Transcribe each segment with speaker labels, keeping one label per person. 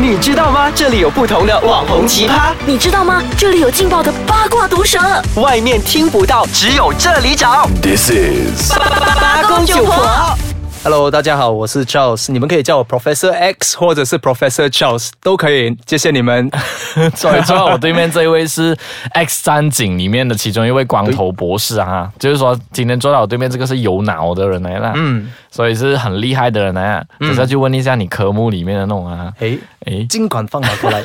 Speaker 1: 你知道吗？这里有不同的网红奇葩，
Speaker 2: 你知道吗？这里有劲爆的八卦毒舌，
Speaker 1: 外面听不到，只有这里找。
Speaker 3: This is
Speaker 1: 八公九婆。
Speaker 4: Hello，大家好，我是 Charles，你们可以叫我 Professor X 或者是 Professor Charles 都可以，谢谢 你们。
Speaker 5: 所以坐在我对面这一位是《X 战警》里面的其中一位光头博士啊，就是说今天坐在我对面这个是有脑的人来了，嗯，所以是很厉害的人来了。只是要去问一下你科目里面的那种啊，
Speaker 4: 诶
Speaker 5: 诶
Speaker 4: 尽管放马过来。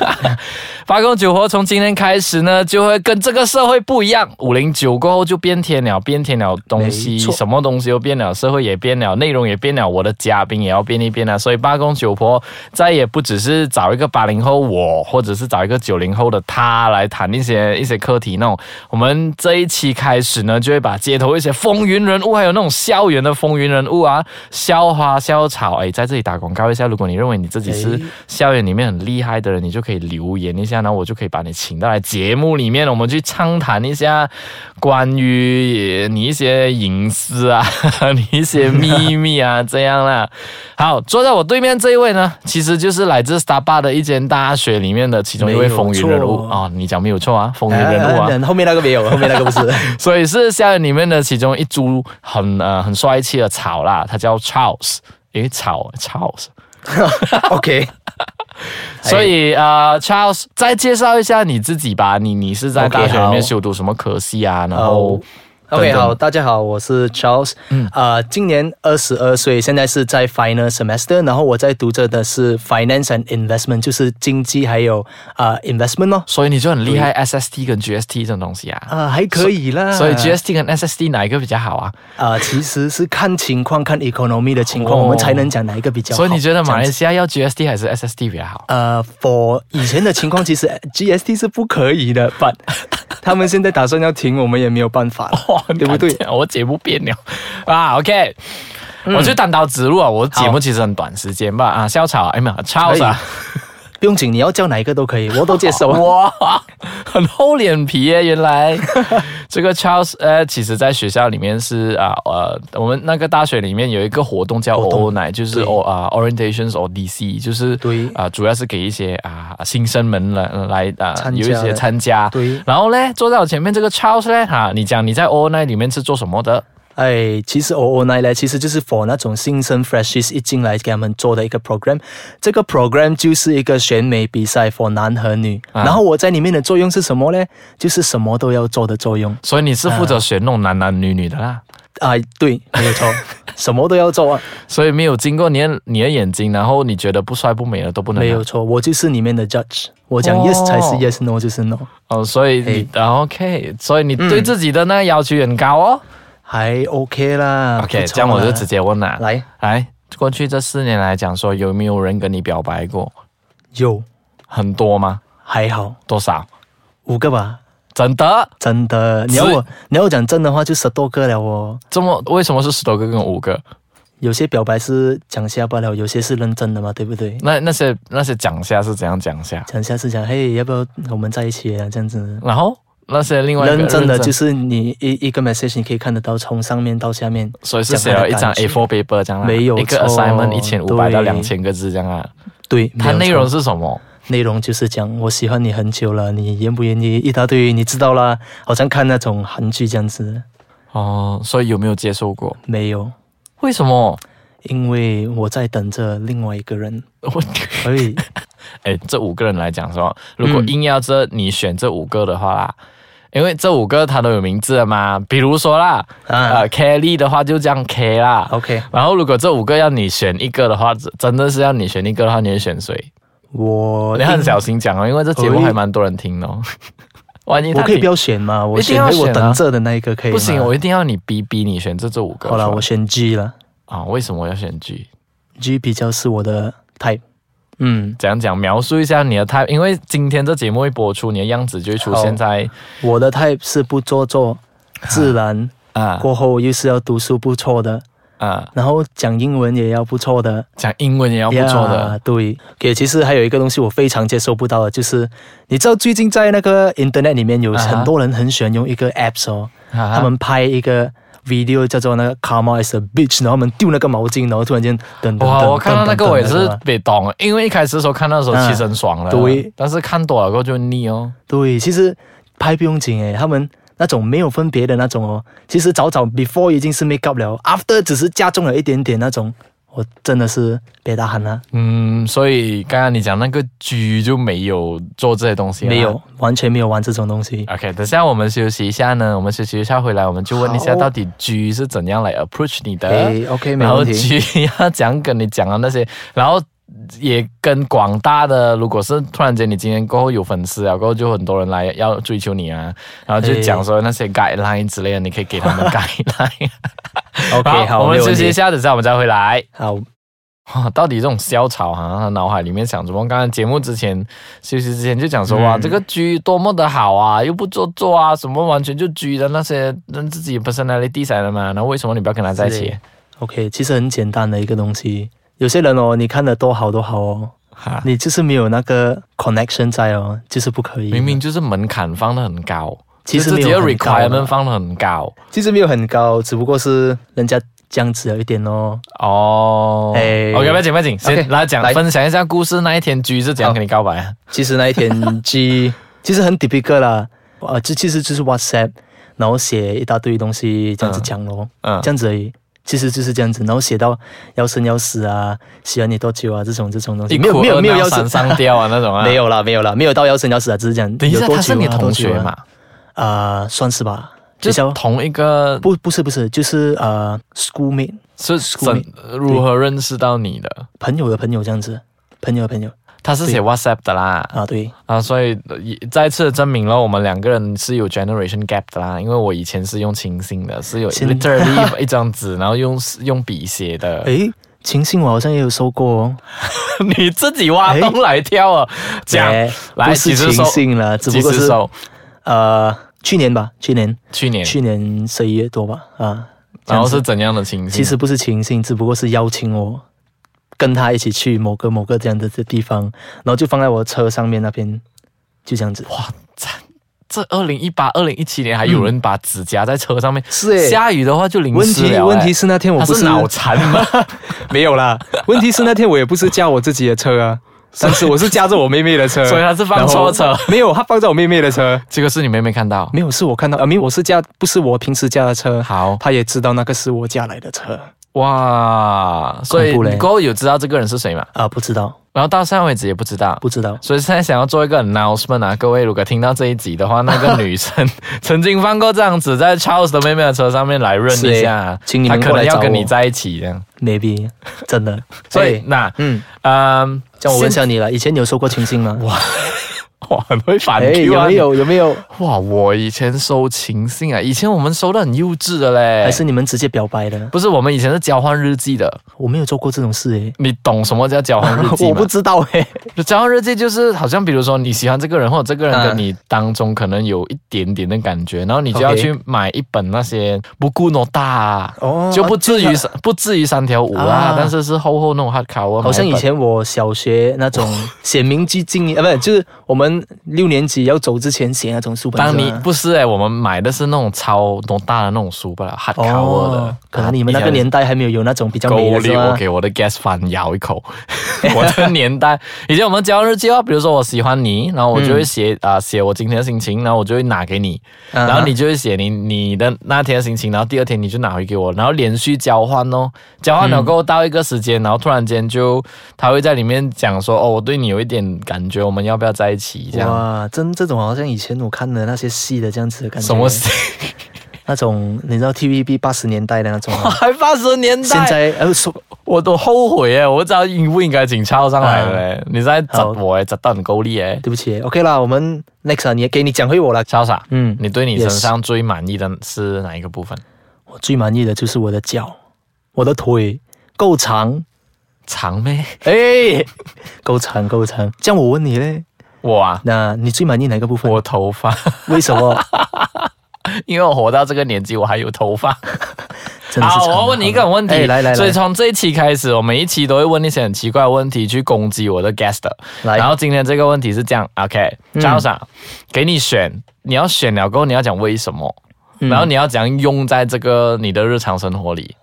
Speaker 5: 八公九婆从今天开始呢，就会跟这个社会不一样。五零九过后就变天了，变天了东西
Speaker 4: 没，错
Speaker 5: 什么东西都变了，社会也变了，内容也变了，我的嘉宾也要变一变了。所以八公九婆再也不只是找一个八零后我，或者是找一个九零后的他来谈一些一些课题那种。我们这一期开始呢，就会把街头一些风云人物，还有那种校园的风云人物啊，校花、校草，哎，在这里打广告一下。如果你认为你自己是
Speaker 4: 哎
Speaker 5: 校园里面很厉害的人，你就可以留言一下，然后我就可以把你请到来节目里面，我们去畅谈一下关于呃你一些隐私啊， 你一些秘密啊，这样啦。好，坐在我对面这一位呢，其实就是来自 Starbucks 的一间大学里面的其中一位
Speaker 4: 没有
Speaker 5: 风云人物
Speaker 4: 错
Speaker 5: 啊、哦，你讲没有错啊，风云人物啊。
Speaker 4: 啊后面那个没 有，后面那个不是。
Speaker 5: 所以是校园里面的其中一株很呃很帅气的草啦，它叫 Charles，诶，草 Charles。
Speaker 4: OK，哎
Speaker 5: 所以呃，Charles，再介绍一下你自己吧。你你是在
Speaker 4: OK，
Speaker 5: 大学里
Speaker 4: 好
Speaker 5: 面修读什么科系啊？然后
Speaker 4: OK，
Speaker 5: 等等
Speaker 4: 哦好，大家好，我是 Charles，嗯，呃，今年二十二岁，现在是在 final semester，然后我在读着的是 finance and investment，就是经济还有啊、呃 investment 咯，
Speaker 5: 所以你就很厉害，SST 跟 GST 这种东西啊。
Speaker 4: 嗯啊、还可以啦，
Speaker 5: 所以 GST 跟 SST 哪一个比较好啊？
Speaker 4: 啊、其实是看情况，看 economy 的情况，
Speaker 5: 哦
Speaker 4: 我们才能讲哪一个比较好。
Speaker 5: 所以你觉得马
Speaker 4: 这
Speaker 5: 来
Speaker 4: 样子？
Speaker 5: 西亚要 GST 还是 SST 比较好？
Speaker 4: 呃，for 以前的情况，其实呃 GST 是不可以的，but 他们现在打算要停，我们也没有办 法了，对不对？？ 嗯
Speaker 5: 我节目变了啊，OK。我就单刀直入啊！我节目其实很短时间吧啊，校草，哎妈，Charles 啊，
Speaker 4: 不用紧，你要叫哪一个都可以，我都接 受。
Speaker 5: 哇， 很厚脸皮耶！原 来这个 Charles 呃，其实在学校里面是啊呃，我们那个大学里面有一个活动叫 O O 奶，就是
Speaker 4: 对
Speaker 5: O 啊、Orientations or DC，就是
Speaker 4: 对
Speaker 5: 啊、主要是给一些啊、新生们来来啊、
Speaker 4: 参
Speaker 5: 有
Speaker 4: 加
Speaker 5: 一些
Speaker 4: 的
Speaker 5: 参加。
Speaker 4: 对
Speaker 5: 然后呢，坐在我前面这个 Charles 呢，哈、你讲你在 O O 奶里面是做什么的？
Speaker 4: 哎，其实 O O 奶呢，其实就是 for 那种新生 freshies 一进来给他们做的一个 program。这个 program 就是一个选美比赛 for 男和女。
Speaker 5: 啊
Speaker 4: 然后我在里面的作用是什么呢？就是什么都要做的作用。
Speaker 5: 所以你是负责选那种男男女女的啦，
Speaker 4: 啊、对，没有 错，什么都要做啊，
Speaker 5: 所以没有经过你的你的眼睛，然后你觉得不帅不美的都不能拿
Speaker 4: 没有错，我就是里面的 judge，我讲 yes 才是
Speaker 5: 哦
Speaker 4: yes，no 就是 no，
Speaker 5: 哦，所以你、OK，所以你对
Speaker 4: 嗯
Speaker 5: 自己的那个要求很高哦。
Speaker 4: 还 OK 啦。
Speaker 5: OK，
Speaker 4: 啊不错
Speaker 5: 这样我就
Speaker 4: 啦
Speaker 5: 直接问了，
Speaker 4: 来
Speaker 5: 来，过去这四年来讲说，有没有人跟你表白过？
Speaker 4: 有
Speaker 5: 很多吗？
Speaker 4: 还好
Speaker 5: 多少？
Speaker 4: 五个吧，
Speaker 5: 真的？
Speaker 4: 真的。你要
Speaker 5: 是
Speaker 4: 我你要我讲真的话，就十多个了哦。
Speaker 5: 这么为什么是十多个跟五个？
Speaker 4: 有些表白是讲下罢了，有些是认真的嘛，对不对？
Speaker 5: 那那些那些讲下是怎样讲下？
Speaker 4: 讲下是讲，嘿，要不要我们在一起啊？这样子。
Speaker 5: 然后那些另外一个，
Speaker 4: 认真的就是是你一一个 message，你可以看得到从上面到下面，
Speaker 5: 所以是写
Speaker 4: 讲他的
Speaker 5: 了一张
Speaker 4: 感觉
Speaker 5: A4 paper 这样啦，
Speaker 4: 没有
Speaker 5: 一个
Speaker 4: 错
Speaker 5: assignment 一千五百到
Speaker 4: 对
Speaker 5: 两千个字这样啊。
Speaker 4: 对，
Speaker 5: 它
Speaker 4: 没
Speaker 5: 内
Speaker 4: 有错
Speaker 5: 容是什么？
Speaker 4: 内容就是讲我喜欢你很久了，你愿不愿意？一大堆，你知道啦，好像看那种韩剧这样子。
Speaker 5: 哦，所以有没有接受过？
Speaker 4: 没有，
Speaker 5: 为什么？
Speaker 4: 因为我在等着另外一个人。
Speaker 5: 我。
Speaker 4: 所以，
Speaker 5: 哎，这五个人来讲说，如果
Speaker 4: 嗯
Speaker 5: 硬要这你选这五个的话啦，因为这五个他都有名字了嘛，比如说啦，
Speaker 4: 啊
Speaker 5: 呃，Kelly 的话就这样 K 啦
Speaker 4: OK
Speaker 5: 然后如果这五个要你选一个的话，真真的是要你选一个的话，你会选谁？
Speaker 4: 我
Speaker 5: 你很小心讲哦，因为这节目还蛮多人听的哦。万一他
Speaker 4: 我可以
Speaker 5: 听
Speaker 4: 不要选嘛？我
Speaker 5: 一定
Speaker 4: 选哎
Speaker 5: 要
Speaker 4: 回我
Speaker 5: 选啊
Speaker 4: 等着的那一个可以吗
Speaker 5: 不行，我一定要你逼逼你选这这五个。
Speaker 4: 好了，
Speaker 5: 是吧
Speaker 4: 我选 G 了
Speaker 5: 啊，为什么我要选 G？
Speaker 4: ，G 比较是我的 type。嗯，
Speaker 5: 怎样讲？描述一下你的 type，因为今天这节目一播出，你的样子就会出现
Speaker 4: 好
Speaker 5: 在
Speaker 4: 我的 type 是不做作、自然，
Speaker 5: 啊
Speaker 4: 过后又是要读书不错的，
Speaker 5: 啊，
Speaker 4: 然后讲英文也要不错的，
Speaker 5: 讲英文也要不错的。
Speaker 4: 呀对，也其实还有一个东西我非常接受不到的，就是你知道最近在那个 internet 里面有
Speaker 5: 啊哈
Speaker 4: 很多人很喜欢用一个 apps 哦，
Speaker 5: 啊哈
Speaker 4: 他们拍一个 video 叫做那个 Karma is a bitch，然后我们丢那个毛巾，然后突然间等等
Speaker 5: 哇，
Speaker 4: 等，
Speaker 5: 我看到那个我也是
Speaker 4: 噔噔噔
Speaker 5: 被懂，因为一开始的时候看到的时候
Speaker 4: 嗯
Speaker 5: 其实很爽了，
Speaker 4: 对
Speaker 5: 但是看多了过后就腻哦。
Speaker 4: 对，其实拍不用紧诶，他们那种没有分别的那种哦，其实早早 before 已经是 make up 了，after 只是加重了一点点那种，我真的是别大喊啊了、
Speaker 5: 嗯，所以刚刚你讲那个剧就没有啊做这些东西，啊
Speaker 4: 没有。，啊完全没有玩这种东西。
Speaker 5: OK，等下我们休息一下呢，我们休息一下回来，我们就问一下
Speaker 4: 好
Speaker 5: 到底 G 是怎样来 approach 你的。
Speaker 4: 诶 o k 没
Speaker 5: 然后
Speaker 4: 问题。
Speaker 5: G 要怎样跟你讲啊那些，然后也跟广大的，如果是突然间你今天过后有粉丝啊，过后就很多人来要追求你啊，然后就讲说那些 guideline 之类的，你可以给 他们 guideline。
Speaker 4: OK，好，
Speaker 5: 我们
Speaker 4: 没问
Speaker 5: 休
Speaker 4: 题
Speaker 5: 息一。下，等下我们再回来。
Speaker 4: 好，
Speaker 5: 哇，到底这种校草啊，他脑海里面想什么？刚刚节目之前休息之前就讲说，
Speaker 4: 嗯
Speaker 5: 哇，这个居多么的好啊，又不做作啊，什么完全就居的那些让自己 personality 来了嘛，那为什么你不要跟他在一
Speaker 4: 是
Speaker 5: 起
Speaker 4: 的？OK，其实很简单的一个东西。有些人哦，你看的多好多好哦，
Speaker 5: 哈，
Speaker 4: 你就是没有那个 connection 在哦，就是不可以。
Speaker 5: 明明就是门槛放的很高，
Speaker 4: 其实
Speaker 5: 就
Speaker 4: 没
Speaker 5: 自己
Speaker 4: 有
Speaker 5: 的
Speaker 4: 很高啦
Speaker 5: requirement 放的很高
Speaker 4: 其实没有很高，只不过是人家这样子了一点哦。
Speaker 5: 哦。
Speaker 4: 哎
Speaker 5: OK，不要紧不要紧，先
Speaker 4: OK，
Speaker 5: 来讲
Speaker 4: 来
Speaker 5: 分享一下故事那一天居是怎样跟你告白啊？
Speaker 4: 其实那一 天 G 其实很 typical 啦，啊，这其实就是 WhatsApp，然后写一大堆东西这样子讲咯，
Speaker 5: 嗯嗯
Speaker 4: 这样子而已。其实就是这样子，然后写到要生要死啊，喜欢你多久啊这种这种东西，
Speaker 5: 一
Speaker 4: 没有
Speaker 5: 哭
Speaker 4: 没有
Speaker 5: 二
Speaker 4: 没有
Speaker 5: 闹
Speaker 4: 要
Speaker 5: 三
Speaker 4: 生
Speaker 5: 上吊啊那种 啊？
Speaker 4: 没。有啦没有啦，没有到要生要死啊，只是讲
Speaker 5: 等一下，
Speaker 4: 有多
Speaker 5: 他是
Speaker 4: 久啊
Speaker 5: 你同学？
Speaker 4: 多久
Speaker 5: 嘛
Speaker 4: 啊？啊，算是吧。
Speaker 5: 就
Speaker 4: 比较
Speaker 5: 同一个
Speaker 4: 不不是不是，就是呃 schoolmate
Speaker 5: 是
Speaker 4: Schoolmate，
Speaker 5: 怎如何认识到你的？
Speaker 4: 朋友的朋友这样子，朋友的朋友
Speaker 5: 他是写
Speaker 4: 对
Speaker 5: WhatsApp 的啦，
Speaker 4: 啊，对，
Speaker 5: 啊，所以呃一再次证明了我们两个人是有 generation gap 的啦。因为我以前是用清信的，是有
Speaker 4: 现
Speaker 5: literally 一张纸，然后用用笔写的。
Speaker 4: 诶，情信我好像也有收过哦，
Speaker 5: 你自己挖洞来跳啊！讲
Speaker 4: 诶
Speaker 5: 来
Speaker 4: 不是
Speaker 5: 几时
Speaker 4: 情
Speaker 5: 收
Speaker 4: 信了，哎只
Speaker 5: 几
Speaker 4: 不过
Speaker 5: 时
Speaker 4: 是
Speaker 5: 收？
Speaker 4: 呃去年吧，去年
Speaker 5: 去年，
Speaker 4: 去年十一月多吧，啊，这
Speaker 5: 然
Speaker 4: 样
Speaker 5: 后
Speaker 4: 子
Speaker 5: 是怎样的情信？啊
Speaker 4: 其实不是情信，只不过是邀请我跟他一起去某个某个这样的地方，然后就放在我车上面那边，就这样子。哇，
Speaker 5: 这二零一八、二零一七年还有人把指甲在车上面，
Speaker 4: 是诶
Speaker 5: 下雨的话就淋
Speaker 4: 问
Speaker 5: 湿
Speaker 4: 题
Speaker 5: 了。
Speaker 4: 问
Speaker 5: 诶
Speaker 4: 题是那天我
Speaker 5: 欸他
Speaker 4: 不
Speaker 5: 是脑残吗？
Speaker 4: 没有啦，问题是那天我也不是驾我自己的车啊，但是我是驾着我妹妹的车，
Speaker 5: 所以他是放错车
Speaker 4: 然后，没有，他放在我妹妹的车，
Speaker 5: 这个是你妹妹 看到。
Speaker 4: 没有，是我看到，啊，没有，我是驾，不是我平时驾的车，
Speaker 5: 好
Speaker 4: 他也知道那个是我驾来的车
Speaker 5: 哇，所以
Speaker 4: 恐怖嘞
Speaker 5: 你过后有知道这个人是谁吗？
Speaker 4: 啊，不知道，
Speaker 5: 然后到现在为止也不知道。
Speaker 4: 不知道，
Speaker 5: 所以现在想要做一个 announcement 啊，各位如果听到这一集的话，那个女生 曾经放过这样子，在 Charles 的妹妹的车上面来润一下啊
Speaker 4: 是，请你们
Speaker 5: 她可
Speaker 4: 过
Speaker 5: 能
Speaker 4: 来
Speaker 5: 要
Speaker 4: 找
Speaker 5: 跟
Speaker 4: 我
Speaker 5: 你在一起这样。
Speaker 4: maybe 真的，
Speaker 5: 所以
Speaker 4: 哎
Speaker 5: 那
Speaker 4: 嗯，
Speaker 5: 嗯，
Speaker 4: 这样我问一
Speaker 5: 现
Speaker 4: 下你了，以前你有收过情信吗？哇，
Speaker 5: 哇，很会反
Speaker 4: 哎，
Speaker 5: Q
Speaker 4: 有
Speaker 5: 啊！
Speaker 4: 没有有没有？
Speaker 5: 你？哇，我以前收情信啊，以前我们收的很幼稚的
Speaker 4: 还
Speaker 5: 嘞，
Speaker 4: 是你们直接表白的？
Speaker 5: 不是我们以前是交换日记的，
Speaker 4: 我没有做过这种事欸 诶，
Speaker 5: 你懂什么叫交换日 记吗？
Speaker 4: 我不知道诶。
Speaker 5: 就交换日记就是好像比如说你喜欢这个人，或者这个人
Speaker 4: 嗯
Speaker 5: 跟你当中可能有一点点的感觉，然后你就要
Speaker 4: OK
Speaker 5: 去买一本那些不顾诺大啊，
Speaker 4: 哦
Speaker 5: 就不至于三不至于三条五啦
Speaker 4: 啊，
Speaker 5: 但是是厚厚那种 hard cover，
Speaker 4: 好像
Speaker 5: 买一
Speaker 4: 以
Speaker 5: 本
Speaker 4: 前我小学那 种写明记经啊，不是，就是我们六年级要走之前写那种书本。
Speaker 5: 当
Speaker 4: 是
Speaker 5: 你
Speaker 4: 吗
Speaker 5: 不是哎、我们买的是那种超诺大的那种书吧，hard cover 的，啊
Speaker 4: 哦，可能你们那个年代还没有有那种比较美
Speaker 5: 狗
Speaker 4: 的是
Speaker 5: 力，我
Speaker 4: 吗？
Speaker 5: 给我的 gas fan 咬一 口。我的年代，以前我们交换日记的话，啊比如说我喜欢你，然后我就会写啊、写我今天的心情，然后我就会拿给你，
Speaker 4: 嗯哼
Speaker 5: 然后你就会写你你的那天的心情，然后第二天你就拿回给我，然后连续交换哦，交换了过后到一个时间，然后突然间就他会在里面讲说哦，我对你有一点感觉，我们要不要在一起这样？
Speaker 4: 哇，真这种好像以前我看的那些戏的这样子的感觉，
Speaker 5: 什么事？
Speaker 4: 那种你知道 TVB 八十年代的那种啊，
Speaker 5: 还八十年代？
Speaker 4: 现
Speaker 5: 啊
Speaker 4: 在呃说
Speaker 5: 我都后悔耶！我不知道应不应该请超上来了耶。你在砸
Speaker 4: 啊好嗯
Speaker 5: 我耶，砸到你够力耶！
Speaker 4: 对不起，OK 啦，我们 next 啊，你给你讲回我啦。
Speaker 5: 潇洒，
Speaker 4: 嗯
Speaker 5: 你对你身上最满意的是哪一个部分？
Speaker 4: 我最满意的就是我的脚，我的腿够长，
Speaker 5: 长妹，
Speaker 4: 哎，够长够长。这样我问你嘞，
Speaker 5: 我啊，
Speaker 4: 那你最满意哪个部分？
Speaker 5: 我头发，
Speaker 4: 为什么？
Speaker 5: 因为我活到这个年纪，我还有头发。
Speaker 4: 真 的是
Speaker 5: 好，
Speaker 4: 长
Speaker 5: 我要问你一个问题，
Speaker 4: 哎来来来
Speaker 5: 所以从这一期开始，我每一期都会问一些很奇怪的问题去攻击我的 guest 的。
Speaker 4: 来嗯
Speaker 5: 然后今天这个问题是这样，OK，张小、给你选，你要选了过后你要讲为什么。
Speaker 4: 嗯
Speaker 5: 然后你要怎样用在这个你的日常生活里？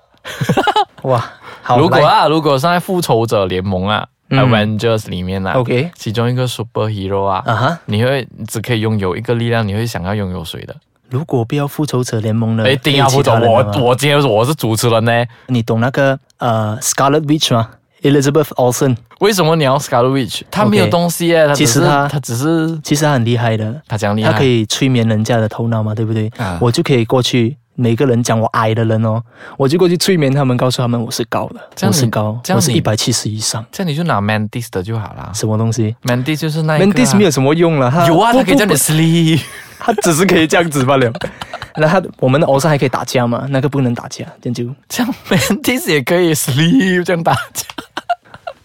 Speaker 4: 哇，好，
Speaker 5: 如果
Speaker 4: 来
Speaker 5: 啊，如果是在复仇者联盟啊、
Speaker 4: 嗯
Speaker 5: a v e n g e r s 里面啊
Speaker 4: OK
Speaker 5: 其中一个 superhero 啊，
Speaker 4: 啊哈，
Speaker 5: 你会只可以拥有一个力量，你会想要拥有谁的？
Speaker 4: 如果不要复仇者联盟了，
Speaker 5: 一定要复仇！
Speaker 4: 嗯可以其他
Speaker 5: 我
Speaker 4: 人啊了吗
Speaker 5: 我今天我是主持人呢，
Speaker 4: 你懂那个呃 Scarlet Witch 吗？Elizabeth Olsen，
Speaker 5: 为什么你要 Scarlet Witch？他没有
Speaker 4: OK
Speaker 5: 东西耶，他只
Speaker 4: 其实
Speaker 5: 是
Speaker 4: 他
Speaker 5: 他只是
Speaker 4: 其实她很厉害的，
Speaker 5: 他讲厉啊害，
Speaker 4: 她可以催眠人家的头脑嘛，对不对？
Speaker 5: 啊
Speaker 4: 我就可以过去。每个人讲我矮的人哦，我就过去催眠他们，告诉他们我是高的，
Speaker 5: 这
Speaker 4: 我
Speaker 5: 样你
Speaker 4: 是高，
Speaker 5: 这样
Speaker 4: 我是
Speaker 5: 你
Speaker 4: 一百七十以上，
Speaker 5: 这样你就拿 Mantis 的就好啦。
Speaker 4: 什么东西
Speaker 5: Mantis 就是那一个、啊、
Speaker 4: ？Mentis 没有什么用了，他
Speaker 5: 有啊，
Speaker 4: 不
Speaker 5: 他可以
Speaker 4: 不
Speaker 5: 叫你
Speaker 4: 不
Speaker 5: sleep。
Speaker 4: 他只是可以这样子罢了。 那他我们的偶像还可以打架吗？那个不能打架，这样就
Speaker 5: 这样 Mantis 也可以 sleep 这样打架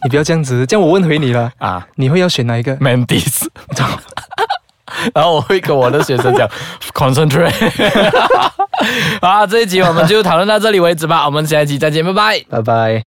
Speaker 4: 你不要这样子，这样我问回你了，
Speaker 5: 啊
Speaker 4: 你会要选哪一个？
Speaker 5: ，Mantis。然后我会跟我的学生讲 concentrate。好，这一集我们就讨论到这里为止吧，我们下一集再见，拜拜。
Speaker 4: 拜拜。